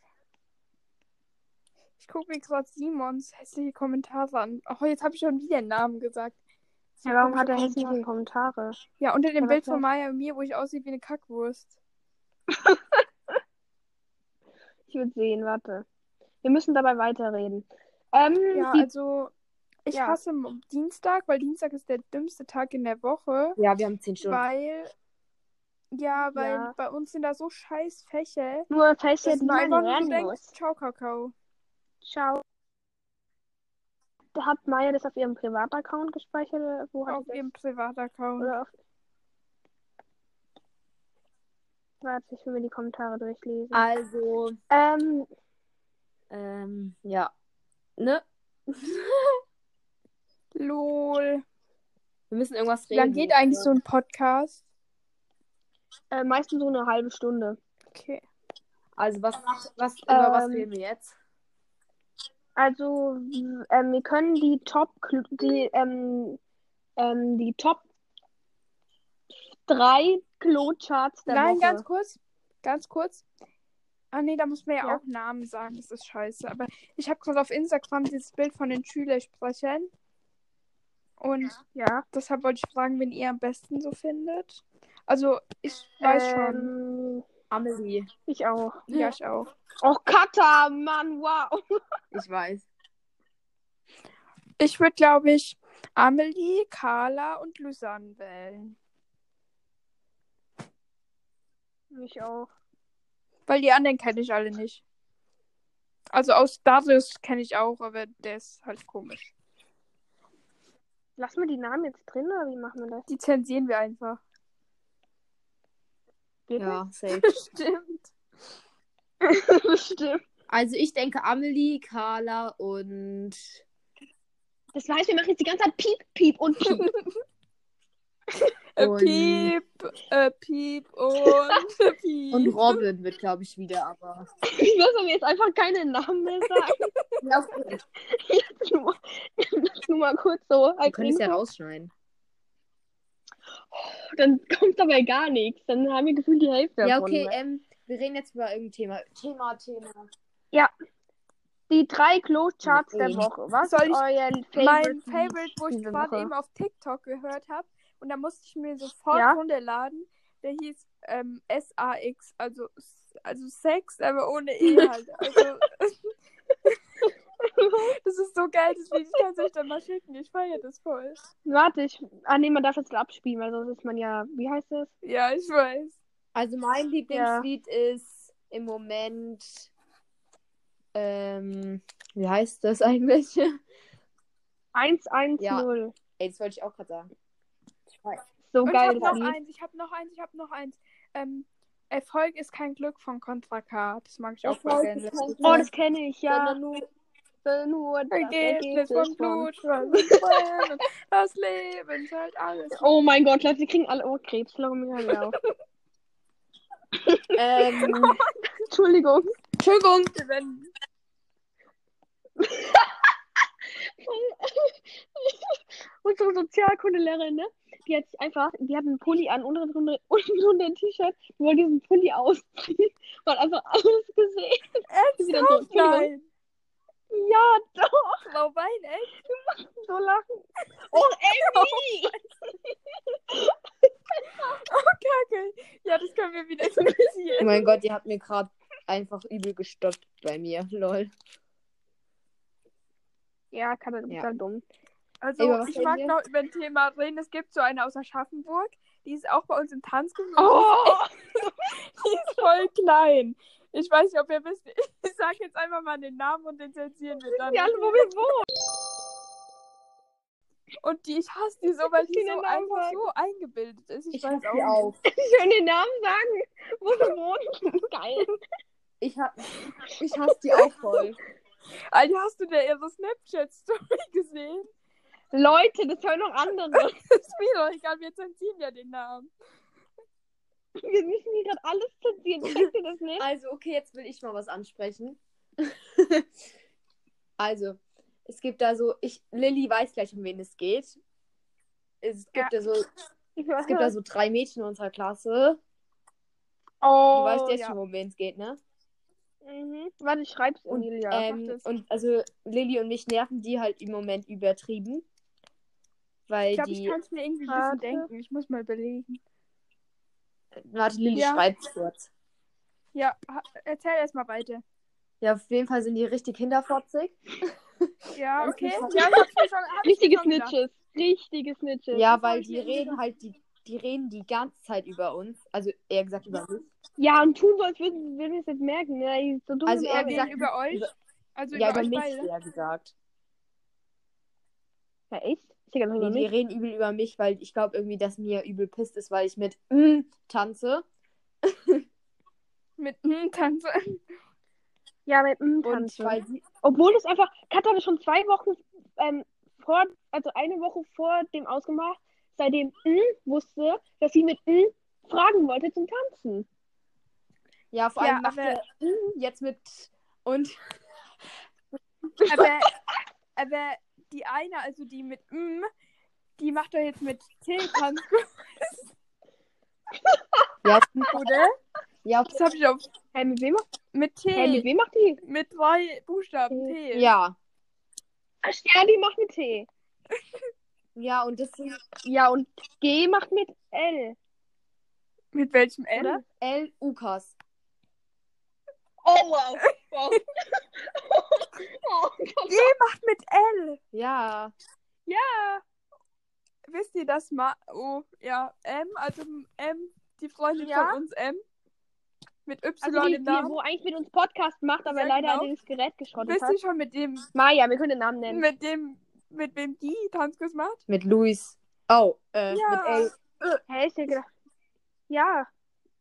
[SPEAKER 2] Ich gucke mir gerade Simons hässliche Kommentare an. Oh, jetzt habe ich schon wieder den Namen gesagt.
[SPEAKER 1] Ja, warum hat er
[SPEAKER 2] Komische
[SPEAKER 1] hässliche Kommentare?
[SPEAKER 2] Ja, unter dem
[SPEAKER 1] Ja,
[SPEAKER 2] Bild
[SPEAKER 1] was
[SPEAKER 2] von Maya und mir, wo ich aussehe wie eine Kackwurst.
[SPEAKER 1] Ich will sehen, warte. Wir müssen dabei weiterreden. Ähm,
[SPEAKER 2] Ja,
[SPEAKER 1] die,
[SPEAKER 2] also ich
[SPEAKER 1] Ja.
[SPEAKER 2] hasse M- Dienstag, weil Dienstag ist der dümmste Tag in der Woche,
[SPEAKER 3] Ja, wir haben 10 Stunden.
[SPEAKER 2] weil ja, weil
[SPEAKER 1] Ja.
[SPEAKER 2] bei uns sind da so scheiß Fächer,
[SPEAKER 1] nur
[SPEAKER 2] dass
[SPEAKER 1] Facet
[SPEAKER 2] man
[SPEAKER 1] man
[SPEAKER 2] einfach nur
[SPEAKER 1] ran
[SPEAKER 2] denkt,
[SPEAKER 1] muss.
[SPEAKER 2] ciao Kakao.
[SPEAKER 1] Ciao. Da hat Maya das auf ihrem Privataccount gespeichert? oder Wo hat
[SPEAKER 2] Auf
[SPEAKER 1] sie das?
[SPEAKER 2] ihrem Privataccount.
[SPEAKER 1] Oder auf... Warte, ich will mir die Kommentare durchlesen.
[SPEAKER 2] Ah.
[SPEAKER 3] Also,
[SPEAKER 1] Ähm,
[SPEAKER 3] ähm, ja. Ne?
[SPEAKER 2] Lol.
[SPEAKER 3] Wir müssen irgendwas
[SPEAKER 2] Wie
[SPEAKER 3] reden.
[SPEAKER 2] lange geht eigentlich so ein Podcast?
[SPEAKER 1] äh, meistens so eine halbe Stunde.
[SPEAKER 2] Okay.
[SPEAKER 3] Also, was, was, über was
[SPEAKER 1] Ähm,
[SPEAKER 3] reden wir jetzt?
[SPEAKER 1] Also, w- ähm, wir können die Top, Cl- die, ähm, ähm, die Top 3 Klo-Charts der
[SPEAKER 2] Nein,
[SPEAKER 1] Woche.
[SPEAKER 2] ganz kurz. Ganz kurz. Ah nee, da muss man ja,
[SPEAKER 1] Ja.
[SPEAKER 2] auch Namen sagen, das ist scheiße. Aber ich habe gerade auf Instagram dieses Bild von den Schülersprechern. Und
[SPEAKER 1] Ja.
[SPEAKER 2] deshalb wollte ich fragen, wen ihr am besten so findet. Also, ich weiß schon.
[SPEAKER 1] Ähm,
[SPEAKER 3] Amelie.
[SPEAKER 1] ich auch.
[SPEAKER 2] Ja, ich auch.
[SPEAKER 1] Oh, Kata, Mann, wow.
[SPEAKER 3] Ich weiß.
[SPEAKER 2] Ich würde, glaube ich, Amelie, Carla und Lysanne wählen.
[SPEAKER 1] Ich auch.
[SPEAKER 2] Weil die anderen kenne ich alle nicht. Also aus Darius kenne ich auch, aber der ist halt komisch.
[SPEAKER 1] Lass mal die Namen jetzt drin, oder wie machen wir das?
[SPEAKER 2] Die zensieren wir einfach.
[SPEAKER 1] Geht
[SPEAKER 3] Ja, safe.
[SPEAKER 2] Stimmt.
[SPEAKER 1] nicht? Bestimmt.
[SPEAKER 3] Also, ich denke Amelie, Carla und.
[SPEAKER 1] Das heißt, wir machen jetzt die ganze Zeit Piep, Piep und Piep.
[SPEAKER 2] Äh,
[SPEAKER 3] Und-
[SPEAKER 2] piep, äh, piep und piep.
[SPEAKER 3] Und Robin wird, glaube ich, wieder, aber.
[SPEAKER 1] ich muss aber jetzt einfach keine Namen mehr sagen.
[SPEAKER 3] Ja,
[SPEAKER 1] Jetzt nur, mal- jetzt nur mal kurz so.
[SPEAKER 3] wir
[SPEAKER 1] als
[SPEAKER 3] können es ja rausschneiden.
[SPEAKER 1] Info. Dann kommt dabei gar nichts. Dann haben wir gefühlt die Hälfte
[SPEAKER 3] Ja,
[SPEAKER 1] davon.
[SPEAKER 3] okay, ähm, wir reden jetzt über irgendein Thema. Thema, Thema.
[SPEAKER 1] Die drei Klo-Charts der
[SPEAKER 3] Nee.
[SPEAKER 1] Woche. Was
[SPEAKER 2] Soll
[SPEAKER 1] eh. soll
[SPEAKER 2] ich-
[SPEAKER 1] ist euer Favorite?
[SPEAKER 2] mein Favorite, wo ich
[SPEAKER 1] diese
[SPEAKER 2] gerade
[SPEAKER 1] Woche.
[SPEAKER 2] eben auf TikTok gehört habe. Und da musste ich mir sofort
[SPEAKER 1] Ja?
[SPEAKER 2] runterladen. Der hieß ähm, SAX, also S- also Sex, aber ohne Ehe halt. Also, das ist so geil, das Lied, ich kann es euch dann mal schicken. Ich feiere das voll.
[SPEAKER 1] Warte, ich. Ah, nee, man darf jetzt abspielen, weil sonst ist man ja. Wie heißt das?
[SPEAKER 2] Ja, ich weiß.
[SPEAKER 3] Also mein Lieblingslied ist im Moment. Ähm, wie heißt das eigentlich? Ey,
[SPEAKER 1] 110.
[SPEAKER 3] das wollte ich auch gerade sagen. Ich weiß.
[SPEAKER 1] So
[SPEAKER 2] Und
[SPEAKER 1] geil.
[SPEAKER 2] ich habe noch eins, ich habe noch eins, ich habe noch eins. Ähm, Erfolg ist kein Glück von Contra K. Das mag ich auch voll
[SPEAKER 3] Erfolg
[SPEAKER 2] gerne.
[SPEAKER 3] ist kein
[SPEAKER 1] oh,
[SPEAKER 3] Glück.
[SPEAKER 2] Das
[SPEAKER 1] das kenne ich, ja.
[SPEAKER 3] Sondern nur-
[SPEAKER 1] Sondern nur das Ergebnis
[SPEAKER 2] Ergebnis von
[SPEAKER 1] von-
[SPEAKER 2] Blut, von Tränen, das Leben ist halt alles.
[SPEAKER 1] Oh mein Gott, Leute, wir kriegen alle oh, Ohrkrebs. Schlag mich halt auf.
[SPEAKER 2] Oh,
[SPEAKER 3] ähm,
[SPEAKER 1] Entschuldigung.
[SPEAKER 3] Entschuldigung.
[SPEAKER 2] Wenn
[SPEAKER 1] Unsere Sozialkundelehrerin, ne? Die hat sich einfach, die hat einen Pulli an, unten drunter, unten drunter ein T-Shirt. Die wollte diesen Pulli ausziehen. Man hat einfach alles gesehen. Die sieht dann so, Entschuldigung.
[SPEAKER 2] Nein,
[SPEAKER 1] Ja, doch,
[SPEAKER 2] wow, Wein, echt?
[SPEAKER 1] so lachen.
[SPEAKER 2] Kacke. Ja, das können wir wieder
[SPEAKER 3] Oh
[SPEAKER 2] kritisieren.
[SPEAKER 3] mein Gott, ihr habt mir gerade einfach übel gestoppt bei mir. Lol.
[SPEAKER 1] Ja, kann er,
[SPEAKER 3] Ja.
[SPEAKER 1] ist halt dumm.
[SPEAKER 2] Also,
[SPEAKER 3] Ey, aber was
[SPEAKER 2] ich
[SPEAKER 3] reden
[SPEAKER 2] mag
[SPEAKER 3] wir?
[SPEAKER 2] noch über ein Thema reden. Es gibt so eine aus Aschaffenburg, die ist auch bei uns im Tanzkurs.
[SPEAKER 1] Oh!
[SPEAKER 2] Die ist voll klein. Ich weiß nicht, ob ihr wisst. Ich sag jetzt einfach mal den Namen und den zensieren wir dann.
[SPEAKER 1] Ja, alle, wo wir wohnen.
[SPEAKER 2] Und die, ich hasse die so, weil die
[SPEAKER 1] Ich kann
[SPEAKER 2] so
[SPEAKER 1] den Namen
[SPEAKER 2] einfach
[SPEAKER 1] sagen.
[SPEAKER 2] so eingebildet ist. Ich,
[SPEAKER 3] Ich
[SPEAKER 2] weiß
[SPEAKER 3] hab
[SPEAKER 2] auch
[SPEAKER 3] sie
[SPEAKER 2] nicht.
[SPEAKER 3] auf.
[SPEAKER 1] Ich will den Namen sagen, wo wir wohnen. Geil.
[SPEAKER 3] Ich, hab, ich hasse die auch voll.
[SPEAKER 2] Alter, hast du da ihre Snapchat-Story gesehen?
[SPEAKER 1] Leute, das hören noch andere.
[SPEAKER 2] Ist mir doch egal, wir zensieren ja den Namen.
[SPEAKER 1] Wir müssen hier gerade alles zensieren. Checkt ihr das nicht?
[SPEAKER 3] Also, okay, jetzt will ich mal was ansprechen. also, es gibt da so, ich, Lilly weiß gleich, um wen es geht. Es gibt da so, es gibt also da so drei Mädchen in unserer Klasse. Du
[SPEAKER 1] oh,
[SPEAKER 3] weißt jetzt
[SPEAKER 1] ja.
[SPEAKER 3] schon, um wen es geht, ne?
[SPEAKER 1] Mhm. Warte, ich schreib's
[SPEAKER 3] Und,
[SPEAKER 1] Emilia.
[SPEAKER 2] macht
[SPEAKER 3] ähm,
[SPEAKER 2] das.
[SPEAKER 3] und also Lilly und mich nerven die halt im Moment übertrieben. Weil
[SPEAKER 2] Ich glaube, ich
[SPEAKER 3] die.
[SPEAKER 2] kann es mir irgendwie ein
[SPEAKER 1] Warte.
[SPEAKER 2] bisschen denken. Ich muss mal überlegen.
[SPEAKER 3] Warte, Lilly
[SPEAKER 2] Ja.
[SPEAKER 3] schreibt's kurz.
[SPEAKER 2] Ja, ha- erzähl erst mal weiter.
[SPEAKER 3] Ja, auf jeden Fall sind die richtig hinterfotzig.
[SPEAKER 2] Ja,
[SPEAKER 3] Weiß
[SPEAKER 2] okay.
[SPEAKER 3] nicht, was-
[SPEAKER 2] Ja, ich hab's mir schon, hab ich mir
[SPEAKER 1] Richtige
[SPEAKER 2] schon gedacht.
[SPEAKER 1] Snitches. Richtige Snitches.
[SPEAKER 3] Ja,
[SPEAKER 2] das hab
[SPEAKER 3] weil
[SPEAKER 2] ich
[SPEAKER 3] die
[SPEAKER 2] mir irgendwie
[SPEAKER 3] reden halt, die, die reden die ganze Zeit über uns. Also eher gesagt über mich.
[SPEAKER 1] Ja, und tun so, als würden würden wir es jetzt merken. Ne? Die sind So dumm
[SPEAKER 3] Also
[SPEAKER 1] wie
[SPEAKER 3] eher
[SPEAKER 1] Arme.
[SPEAKER 2] Wir
[SPEAKER 3] gesagt,
[SPEAKER 2] reden über euch.
[SPEAKER 3] über-
[SPEAKER 2] Also
[SPEAKER 3] ja,
[SPEAKER 2] über
[SPEAKER 3] über
[SPEAKER 2] euch
[SPEAKER 3] mich
[SPEAKER 2] beide.
[SPEAKER 3] eher gesagt.
[SPEAKER 1] Ja, echt? Ich denke
[SPEAKER 3] Nee,
[SPEAKER 1] über
[SPEAKER 3] die
[SPEAKER 1] mich.
[SPEAKER 3] reden übel über mich, weil ich glaube irgendwie, dass mir übel pisst ist, weil ich mit mm, tanze.
[SPEAKER 2] Mit hm, Tanze.
[SPEAKER 1] Ja, mit mm
[SPEAKER 3] Und
[SPEAKER 1] tanzen.
[SPEAKER 3] weil sie,
[SPEAKER 1] Obwohl es einfach, Kat hatte schon zwei Wochen ähm, vor, also eine Woche vor dem ausgemacht, seitdem mm wusste, dass sie mit mm fragen wollte zum Tanzen.
[SPEAKER 3] ja, vor
[SPEAKER 2] Ja,
[SPEAKER 3] allem macht
[SPEAKER 2] aber-
[SPEAKER 3] er mm, jetzt mit und
[SPEAKER 2] Aber, aber die eine, also die mit M, die macht doch jetzt mit T Tanzkurs,
[SPEAKER 3] ja,
[SPEAKER 2] oder?
[SPEAKER 3] ja,
[SPEAKER 2] Das hab ich auf.
[SPEAKER 1] Hä, mit wem macht,
[SPEAKER 2] Mit T.
[SPEAKER 1] hä, mit wem macht die?
[SPEAKER 2] Mit drei Buchstaben T.
[SPEAKER 3] ja,
[SPEAKER 1] Ach, ja, die macht mit T.
[SPEAKER 3] ja und das
[SPEAKER 1] Ja, und G macht mit L.
[SPEAKER 2] Mit welchem L?
[SPEAKER 1] Oder?
[SPEAKER 3] L Ukas.
[SPEAKER 1] Oh, wow. wow. oh, Gott.
[SPEAKER 2] G macht mit L.
[SPEAKER 3] Ja,
[SPEAKER 2] Ja. Wisst ihr das mal? Oh, ja. M, also M, die Freundin
[SPEAKER 1] Ja.
[SPEAKER 2] von uns, M. Mit Y
[SPEAKER 1] Also die,
[SPEAKER 2] im
[SPEAKER 1] die,
[SPEAKER 2] Namen.
[SPEAKER 1] wo eigentlich mit uns Podcast macht, aber
[SPEAKER 2] Ja,
[SPEAKER 1] leider
[SPEAKER 2] genau.
[SPEAKER 1] das Gerät geschrottet
[SPEAKER 2] Wisst
[SPEAKER 1] hat.
[SPEAKER 2] ihr schon mit dem,
[SPEAKER 1] Maja, wir können den Namen nennen.
[SPEAKER 2] mit dem, mit wem die Tanzkurs macht?
[SPEAKER 3] mit Luis. Oh, äh,
[SPEAKER 2] Ja.
[SPEAKER 3] mit L.
[SPEAKER 1] Hä, ich hätte gedacht. Ja,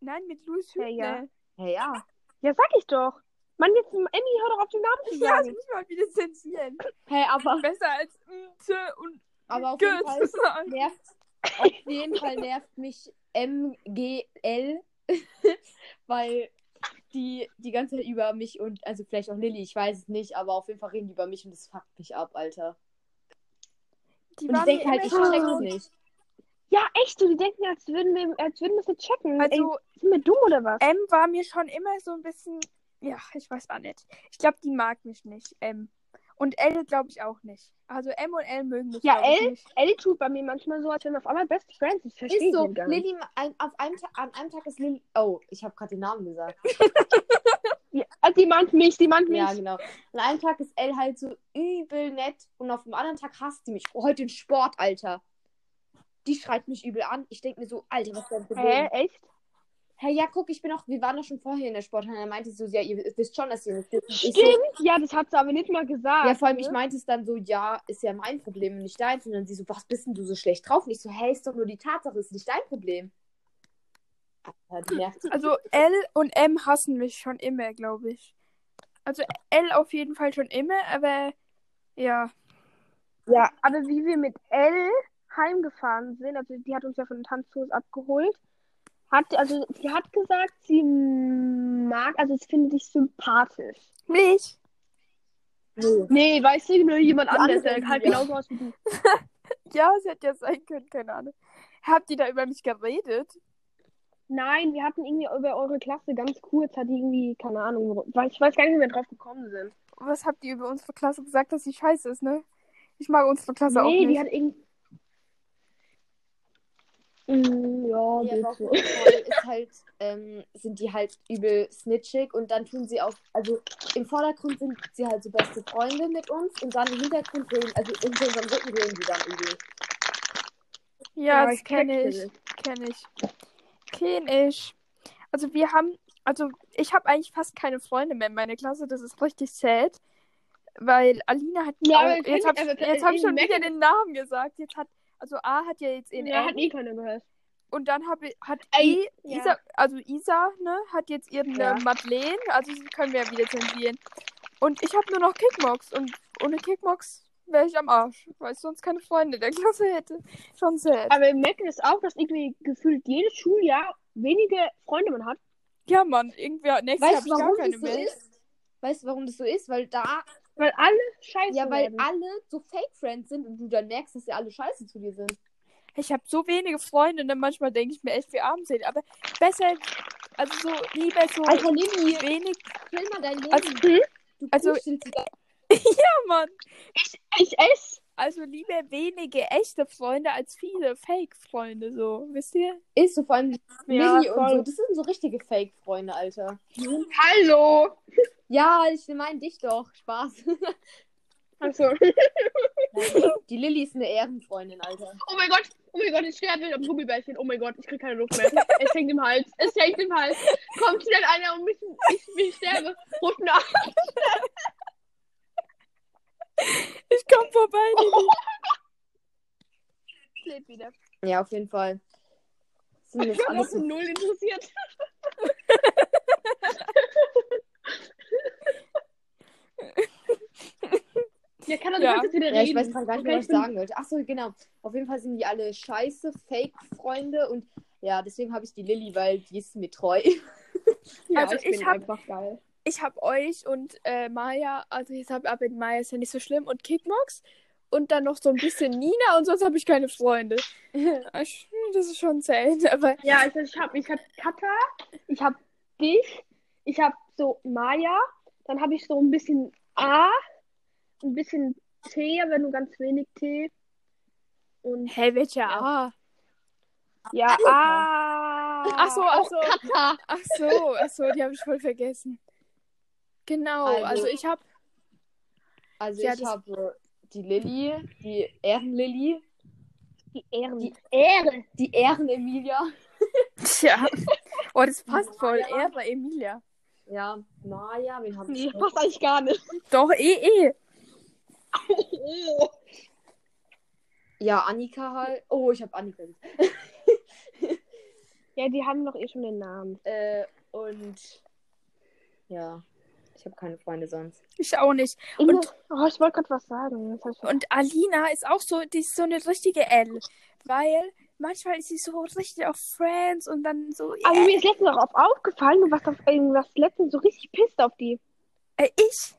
[SPEAKER 2] Nein, mit Louis
[SPEAKER 1] Ja,
[SPEAKER 2] Hübner.
[SPEAKER 1] ja.
[SPEAKER 3] Ja, ja.
[SPEAKER 1] ja, sag ich doch. Mann, jetzt, Emmy, hör doch auf den Namen zu
[SPEAKER 2] Ja, das
[SPEAKER 1] sagen.
[SPEAKER 2] muss man wieder zensieren.
[SPEAKER 3] Hey, aber,
[SPEAKER 2] Besser als M, T und
[SPEAKER 3] aber auf
[SPEAKER 2] G
[SPEAKER 3] jeden Fall
[SPEAKER 2] zu sagen.
[SPEAKER 3] nervt, auf jeden Fall nervt mich MGL, weil die die ganze Zeit über mich und, also vielleicht auch Lilly, ich weiß es nicht, aber auf jeden Fall reden die über mich und das fuckt mich ab, Alter.
[SPEAKER 2] Die
[SPEAKER 3] Und ich
[SPEAKER 2] waren
[SPEAKER 3] denke halt,
[SPEAKER 2] immer
[SPEAKER 3] ich
[SPEAKER 2] so-
[SPEAKER 3] check's nicht.
[SPEAKER 1] Ja, echt, so, die denken, als würden wir, als würden wir es nicht checken.
[SPEAKER 2] Also,
[SPEAKER 1] Ey, sind wir dumm oder was?
[SPEAKER 2] M war mir schon immer so ein bisschen. Ja, ich weiß auch nicht. Ich glaube, die mag mich nicht, M. Und Elle glaube ich auch nicht. Also M und L mögen mich.
[SPEAKER 1] Ja,
[SPEAKER 2] glaub ich
[SPEAKER 1] Elle?
[SPEAKER 2] nicht.
[SPEAKER 1] Ellie tut bei mir manchmal so, als wenn wir auf einmal Best Friends sind. Ich verstehe
[SPEAKER 3] Ist so,
[SPEAKER 1] den gar nicht.
[SPEAKER 3] Lilly, ein, auf einem, Ta- an einem Tag ist Lilly. Oh, ich habe gerade den Namen gesagt.
[SPEAKER 1] Ja, ah, die meint mich, die meint mich.
[SPEAKER 3] Ja, genau. An einem Tag ist Elle halt so übel nett und auf dem anderen Tag hasst sie mich. Oh, heute in Sport, Alter. Die schreit mich übel an. Ich denke mir so, Alter, was ist dein Problem?
[SPEAKER 1] Hä,
[SPEAKER 3] Hä?
[SPEAKER 1] echt?
[SPEAKER 3] Hey, ja, guck, ich bin auch, wir waren doch schon vorher in der Sporthalle. Dann meinte sie so, ja, ihr wisst schon, dass ihr nicht dürft. Ich so,
[SPEAKER 1] Stimmt, ja, das hat sie aber nicht mal gesagt.
[SPEAKER 3] Ja, vor allem,
[SPEAKER 1] ne?
[SPEAKER 3] ich meinte es dann so, ja, ist ja mein Problem und nicht deins. Und dann sie so, was bist denn du so schlecht drauf? Und ich so, hey, ist doch nur die Tatsache, ist nicht dein Problem. Aber die nervt so.
[SPEAKER 2] Also L und M hassen mich schon immer, glaube ich. Also L auf jeden Fall schon immer, aber ja.
[SPEAKER 1] Ja, aber wie wir mit Elle heimgefahren sind, also die hat uns ja von den Tanzkurs abgeholt, hat, also sie hat gesagt, sie mag, also sie findet dich sympathisch.
[SPEAKER 2] Mich?
[SPEAKER 3] Nö.
[SPEAKER 1] Nee, weißt du, nur jemand
[SPEAKER 3] Die
[SPEAKER 1] anderes,
[SPEAKER 3] andere
[SPEAKER 1] der halt
[SPEAKER 3] Julia.
[SPEAKER 1] genauso aus wie du.
[SPEAKER 2] Ja, es hätte ja sein können, keine Ahnung. Habt ihr da über mich geredet?
[SPEAKER 1] Nein, wir hatten irgendwie über eure Klasse ganz kurz, hat die irgendwie, keine Ahnung, weil ich weiß gar nicht, wie wir drauf gekommen sind.
[SPEAKER 2] Was habt ihr über unsere Klasse gesagt, dass sie scheiße ist, ne? Ich mag unsere Klasse auch
[SPEAKER 1] nee,
[SPEAKER 2] nicht.
[SPEAKER 1] die hat irgendwie. Mm, ja,
[SPEAKER 3] Ja,
[SPEAKER 1] geht
[SPEAKER 3] aber auf
[SPEAKER 1] so.
[SPEAKER 3] jeden Fall ist halt, ähm, sind die halt übel snitchig und dann tun sie auch, also im Vordergrund sind sie halt so beste Freunde mit uns und dann im Hintergrund reden, also hinter unserem Rücken reden die dann übel.
[SPEAKER 2] Ja,
[SPEAKER 1] Aber
[SPEAKER 2] das kenne
[SPEAKER 1] checkte das.
[SPEAKER 2] ich. Kenne ich. Kenne ich. Also wir haben, also ich habe eigentlich fast keine Freunde mehr in meiner Klasse. Das ist richtig sad. Weil Alina hat.
[SPEAKER 1] Ja, aber
[SPEAKER 2] oh,
[SPEAKER 1] kenn ich- also
[SPEAKER 2] jetzt habe
[SPEAKER 1] aber
[SPEAKER 2] jetzt hab ich schon
[SPEAKER 1] irgendwie
[SPEAKER 2] wieder den Namen gesagt. Jetzt hat, also A hat ja jetzt ihren
[SPEAKER 1] Ja,
[SPEAKER 2] N
[SPEAKER 1] hat eh keiner gehört.
[SPEAKER 2] und dann hab, ich- hat
[SPEAKER 1] Ey,
[SPEAKER 2] I,
[SPEAKER 1] ja.
[SPEAKER 2] Isa, also Isa, ne, hat jetzt ihren
[SPEAKER 1] Ja.
[SPEAKER 2] äh, Madeleine. Also sie können wir ja wieder zensieren. Und ich habe nur noch Kickbox und ohne Kickbox wäre ich am Arsch, weil ich sonst keine Freunde in der Klasse hätte. Schon sad.
[SPEAKER 1] Aber wir merken es auch, dass irgendwie gefühlt jedes Schuljahr weniger Freunde man hat.
[SPEAKER 2] Ja, Mann, irgendwer. Nächstes Jahr hab
[SPEAKER 3] Weißt
[SPEAKER 2] ich
[SPEAKER 3] du,
[SPEAKER 2] gar
[SPEAKER 3] warum
[SPEAKER 2] keine
[SPEAKER 3] das so
[SPEAKER 2] mehr.
[SPEAKER 3] ist? Weißt du, warum das so ist? Weil da,
[SPEAKER 1] Weil alle scheiße
[SPEAKER 3] ja, weil
[SPEAKER 1] werden.
[SPEAKER 3] alle so Fake-Friends sind und du dann merkst, dass sie alle scheiße zu dir sind.
[SPEAKER 2] Ich habe so wenige Freunde, ne? manchmal denke ich mir echt, wir arm sind. Aber besser, also so lieber so
[SPEAKER 3] Alter, Lilly,
[SPEAKER 2] wenig.
[SPEAKER 3] Film mal dein Leben.
[SPEAKER 2] Also,
[SPEAKER 3] du
[SPEAKER 2] also-
[SPEAKER 3] kuschelst die ganze
[SPEAKER 2] Ja, Mann.
[SPEAKER 1] Ich esse.
[SPEAKER 2] Also lieber wenige echte Freunde als viele Fake-Freunde, so. Wisst ihr?
[SPEAKER 3] Ist so vor allem
[SPEAKER 1] Ja,
[SPEAKER 3] Lilly und
[SPEAKER 1] voll.
[SPEAKER 3] so. Das sind so richtige Fake-Freunde, Alter.
[SPEAKER 1] Hallo.
[SPEAKER 3] Ja, ich meine dich doch. Spaß.
[SPEAKER 1] Achso.
[SPEAKER 3] die Lilly ist eine Ehrenfreundin, Alter.
[SPEAKER 1] Oh mein Gott. Oh mein Gott, ich sterbe mit einem Gummibärchen. Oh mein Gott, ich krieg keine Luft mehr. Es hängt im Hals. Es hängt im Hals. Kommt schnell einer und mich, ich, ich sterbe. Ruf nach.
[SPEAKER 2] Ich komm vorbei. Lilly. Lebt wieder.
[SPEAKER 3] Ja, auf jeden Fall. Sind
[SPEAKER 1] Ich
[SPEAKER 3] das
[SPEAKER 1] bin
[SPEAKER 3] alles
[SPEAKER 1] auf
[SPEAKER 3] so
[SPEAKER 1] null interessiert. Ja, kann er
[SPEAKER 2] Ja.
[SPEAKER 1] ja. wieder reden.
[SPEAKER 3] ja, ich weiß gerade gar nicht mehr, was ich
[SPEAKER 1] bin-
[SPEAKER 3] sagen wollte. Achso, genau. Auf jeden Fall sind die alle scheiße, Fake-Freunde und ja, deswegen habe ich die Lilly, weil die ist mir treu.
[SPEAKER 1] Ja,
[SPEAKER 2] Also, ich
[SPEAKER 1] bin
[SPEAKER 2] hab-
[SPEAKER 1] einfach geil.
[SPEAKER 2] ich habe euch und äh, Maya, also jetzt habe aber Maya ist ja nicht so schlimm und Kickbox und dann noch so ein bisschen Nina und sonst habe ich keine Freunde. Ich- Das ist schon zäh, aber
[SPEAKER 1] Ja, also ich hab, ich hab Katha, ich hab dich, ich hab so Maya, dann hab ich so ein bisschen A, ein bisschen T, aber nur ganz wenig T. Und
[SPEAKER 2] hey, welcher Ah. A?
[SPEAKER 1] ja, A.
[SPEAKER 2] Ach so, ach so,
[SPEAKER 3] Katha.
[SPEAKER 2] ach so, ach so, die habe ich voll vergessen. Genau,
[SPEAKER 3] Also-
[SPEAKER 2] also, ich habe
[SPEAKER 3] Also
[SPEAKER 2] Ja,
[SPEAKER 3] ich
[SPEAKER 2] das-
[SPEAKER 3] habe die Lilly, die Ehrenlilly,
[SPEAKER 1] Die Ehren.
[SPEAKER 3] Die-
[SPEAKER 1] Ehre.
[SPEAKER 3] die Ehrenemilia.
[SPEAKER 2] tja, oh, das passt voll, Ehre, Emilia.
[SPEAKER 3] Ja, Maya, wen habe ich?
[SPEAKER 1] Nee,
[SPEAKER 3] noch?
[SPEAKER 1] passt eigentlich gar nicht.
[SPEAKER 2] Doch, eh, eh.
[SPEAKER 3] Ja, Annika halt. Oh, ich habe Annika. gesagt.
[SPEAKER 1] Ja, die haben doch eh schon den Namen.
[SPEAKER 3] Äh, und ja, ich habe keine Freunde sonst.
[SPEAKER 2] Ich auch nicht.
[SPEAKER 1] Und, oh, ich wollte gerade was sagen. Das hab ich
[SPEAKER 2] Und Alina ist auch so, die ist so eine richtige L. Weil manchmal ist sie so richtig auf Friends und dann so.
[SPEAKER 1] Aber mir ist letztens auch auf- aufgefallen, du warst auf irgendwas letztens so richtig pisst auf die.
[SPEAKER 2] äh, ich?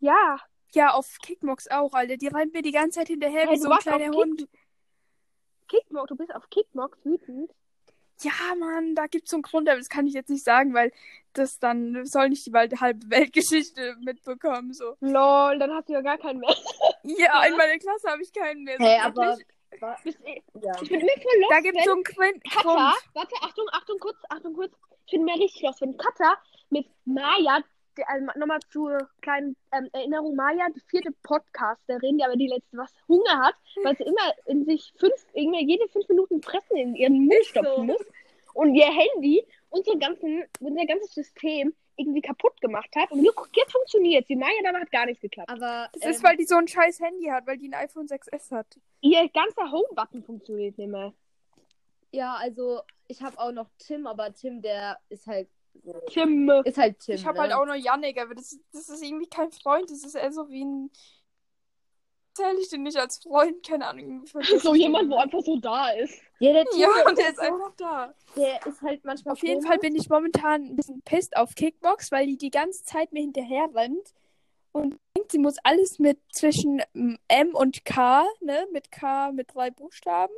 [SPEAKER 1] Ja.
[SPEAKER 2] Ja, auf Kickbox auch, Alter. Die rennt mir die ganze Zeit hinterher
[SPEAKER 1] Hey,
[SPEAKER 2] wie
[SPEAKER 1] du
[SPEAKER 2] so ein
[SPEAKER 1] warst auf
[SPEAKER 2] kleiner
[SPEAKER 1] Kick-
[SPEAKER 2] Hund.
[SPEAKER 1] Kickbox, du bist auf Kickbox wütend.
[SPEAKER 2] Ja, Mann, da gibt's so einen Grund, aber das kann ich jetzt nicht sagen, weil das dann soll nicht die Wald- halbe Weltgeschichte mitbekommen. So.
[SPEAKER 1] Lol, dann hast du ja gar keinen mehr.
[SPEAKER 2] Ja, in meiner Klasse habe ich keinen mehr. so
[SPEAKER 3] Hä, aber.
[SPEAKER 2] wirklich.
[SPEAKER 3] wa-
[SPEAKER 1] Bist eh-
[SPEAKER 3] Ja.
[SPEAKER 1] Ich bin mir voll lost,
[SPEAKER 2] Da gibt's so einen Quin-
[SPEAKER 1] Katha,
[SPEAKER 2] Grund.
[SPEAKER 1] warte, Achtung, Achtung, kurz, Achtung, kurz. Ich bin mir richtig los. Wenn Katha mit Maya, die, ähm, nochmal zur kleinen ähm, Erinnerung, Maya, die vierte Podcasterin, die aber die letzte was Hunger hat,
[SPEAKER 2] Hm.
[SPEAKER 1] weil sie immer in sich fünf, irgendwie jede fünf Minuten Fressen in ihren Mund
[SPEAKER 2] Ist so.
[SPEAKER 1] stopfen muss und ihr Handy unser, ganzen, unser ganzes System irgendwie kaputt gemacht hat. Und guck, jetzt funktioniert Die Maya dabei hat gar nicht geklappt.
[SPEAKER 3] Aber.
[SPEAKER 2] Das
[SPEAKER 3] ähm,
[SPEAKER 2] ist, weil die so ein scheiß Handy hat, weil die ein iPhone 6S hat.
[SPEAKER 1] Ihr ganzer Home-Button funktioniert nicht mehr.
[SPEAKER 3] Ja, also ich habe auch noch Tim, aber Tim, der ist halt
[SPEAKER 1] Tim,
[SPEAKER 3] ist halt Tim.
[SPEAKER 2] Ich habe
[SPEAKER 3] ne?
[SPEAKER 2] halt auch nur Yannick, aber das, das ist irgendwie kein Freund. Das ist eher so wie ein. Zähle ich den nicht als Freund? Keine Ahnung.
[SPEAKER 1] so jemand, wo einfach so da ist.
[SPEAKER 3] Ja, der Tim,
[SPEAKER 2] Ja, und der ist einfach da.
[SPEAKER 3] der ist halt manchmal.
[SPEAKER 2] Auf jeden
[SPEAKER 3] komisch.
[SPEAKER 2] Fall bin ich momentan ein bisschen pissed auf Kickbox, weil die die ganze Zeit mir hinterher rennt und denkt, sie muss alles mit zwischen ähm, M und K, ne, mit K mit drei Buchstaben,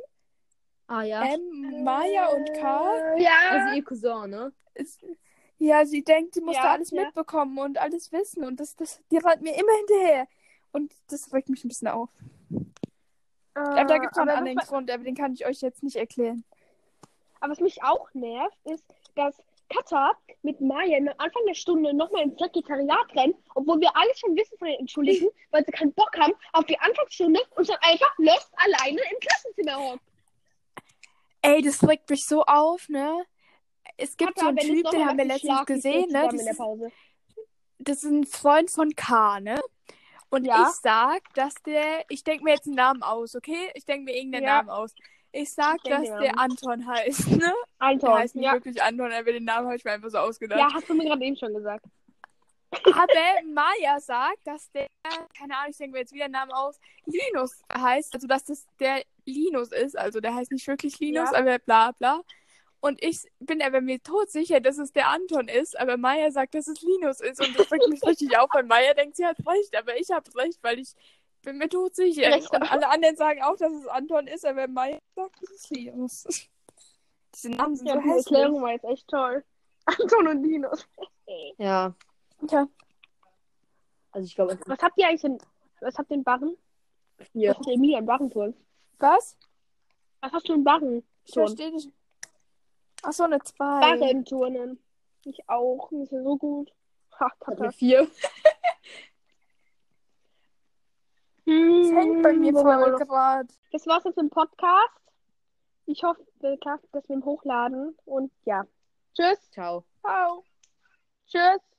[SPEAKER 3] Ah ja.
[SPEAKER 2] Ähm, M, Maya und K.
[SPEAKER 1] Ja.
[SPEAKER 3] Also ihr Cousin, ne?
[SPEAKER 2] Ist, ja, sie denkt, sie muss
[SPEAKER 1] Ja,
[SPEAKER 2] da alles
[SPEAKER 1] ja.
[SPEAKER 2] mitbekommen und alles wissen und das, das, die rennt mir immer hinterher. Und das regt mich ein bisschen auf. Aber da gibt es noch einen
[SPEAKER 1] Ah, aber
[SPEAKER 2] anderen
[SPEAKER 1] was,
[SPEAKER 2] Grund, aber den kann ich euch jetzt nicht erklären.
[SPEAKER 1] aber was mich auch nervt, ist, dass Katha mit Maya am Anfang der Stunde nochmal ins Sekretariat rennt, obwohl wir alles schon wissen von den Entschuldigten, weil sie keinen Bock haben auf die Anfangsstunde und dann einfach lost alleine im Klassenzimmer hockt.
[SPEAKER 2] Ey, das regt mich so auf, ne? Es gibt so einen
[SPEAKER 1] wenn
[SPEAKER 2] Typ,
[SPEAKER 1] du's
[SPEAKER 2] den
[SPEAKER 1] nochmal
[SPEAKER 2] haben wir
[SPEAKER 1] machst, ich
[SPEAKER 2] letztens
[SPEAKER 1] schlag dich so
[SPEAKER 2] gesehen,
[SPEAKER 1] zusammen
[SPEAKER 2] ne?
[SPEAKER 1] In
[SPEAKER 2] Das
[SPEAKER 1] der
[SPEAKER 2] ist
[SPEAKER 1] Pause.
[SPEAKER 2] das ist ein Freund von K, ne? Und
[SPEAKER 1] Ja.
[SPEAKER 2] ich sag, dass der, ich denke mir jetzt einen Namen aus, okay? Ich denke mir irgendeinen
[SPEAKER 1] Ja.
[SPEAKER 2] Namen aus. Ich sag,
[SPEAKER 1] Ich denk
[SPEAKER 2] dass
[SPEAKER 1] den
[SPEAKER 2] der Anton heißt, ne? Der
[SPEAKER 1] Anton,
[SPEAKER 2] heißt ne? nicht
[SPEAKER 1] ja.
[SPEAKER 2] wirklich Anton, aber den Namen habe ich mir einfach so ausgedacht.
[SPEAKER 1] ja, hast du mir gerade eben schon gesagt.
[SPEAKER 2] Aber Maya sagt, dass der, keine Ahnung, ich denke mir jetzt wieder einen Namen aus, Linus heißt, also dass das der Linus ist, also der heißt nicht wirklich Linus,
[SPEAKER 1] Ja.
[SPEAKER 2] aber bla bla. Und ich bin aber mir todsicher, dass es der Anton ist, aber Maya sagt, dass es Linus ist und das regt mich richtig auf, weil Maya denkt, sie hat recht, aber ich habe recht, weil ich bin mir todsicher.
[SPEAKER 1] Recht.
[SPEAKER 2] Und alle anderen sagen auch, dass es Anton ist, aber Maya sagt, es ist Linus. Diese Namen sind
[SPEAKER 1] Ja,
[SPEAKER 2] so
[SPEAKER 1] die
[SPEAKER 2] hässlich.
[SPEAKER 1] Erklärung war jetzt echt toll. Anton und Linus.
[SPEAKER 3] Ja.
[SPEAKER 2] Ja.
[SPEAKER 3] Also ich glaube, es sind
[SPEAKER 1] Was habt ihr eigentlich in, was habt ihr in Barren?
[SPEAKER 3] vier.
[SPEAKER 1] Was hat Emilia in Barrenturm?
[SPEAKER 2] Was?
[SPEAKER 1] Was hast du in Barren?
[SPEAKER 2] Ich verstehe dich. Ach so, eine 2.
[SPEAKER 1] Barrenturnen. Ich auch. Mir ist ja so gut. Ha,
[SPEAKER 3] Ich hab eine
[SPEAKER 1] Katha.
[SPEAKER 3] vier.
[SPEAKER 2] Das hängt bei mir voll gerade.
[SPEAKER 1] Hm, Das war's jetzt im Podcast. Ich hoffe, wir schaffen das mit dem Hochladen. Und ja. Tschüss.
[SPEAKER 3] Ciao.
[SPEAKER 2] Au.
[SPEAKER 1] Tschüss.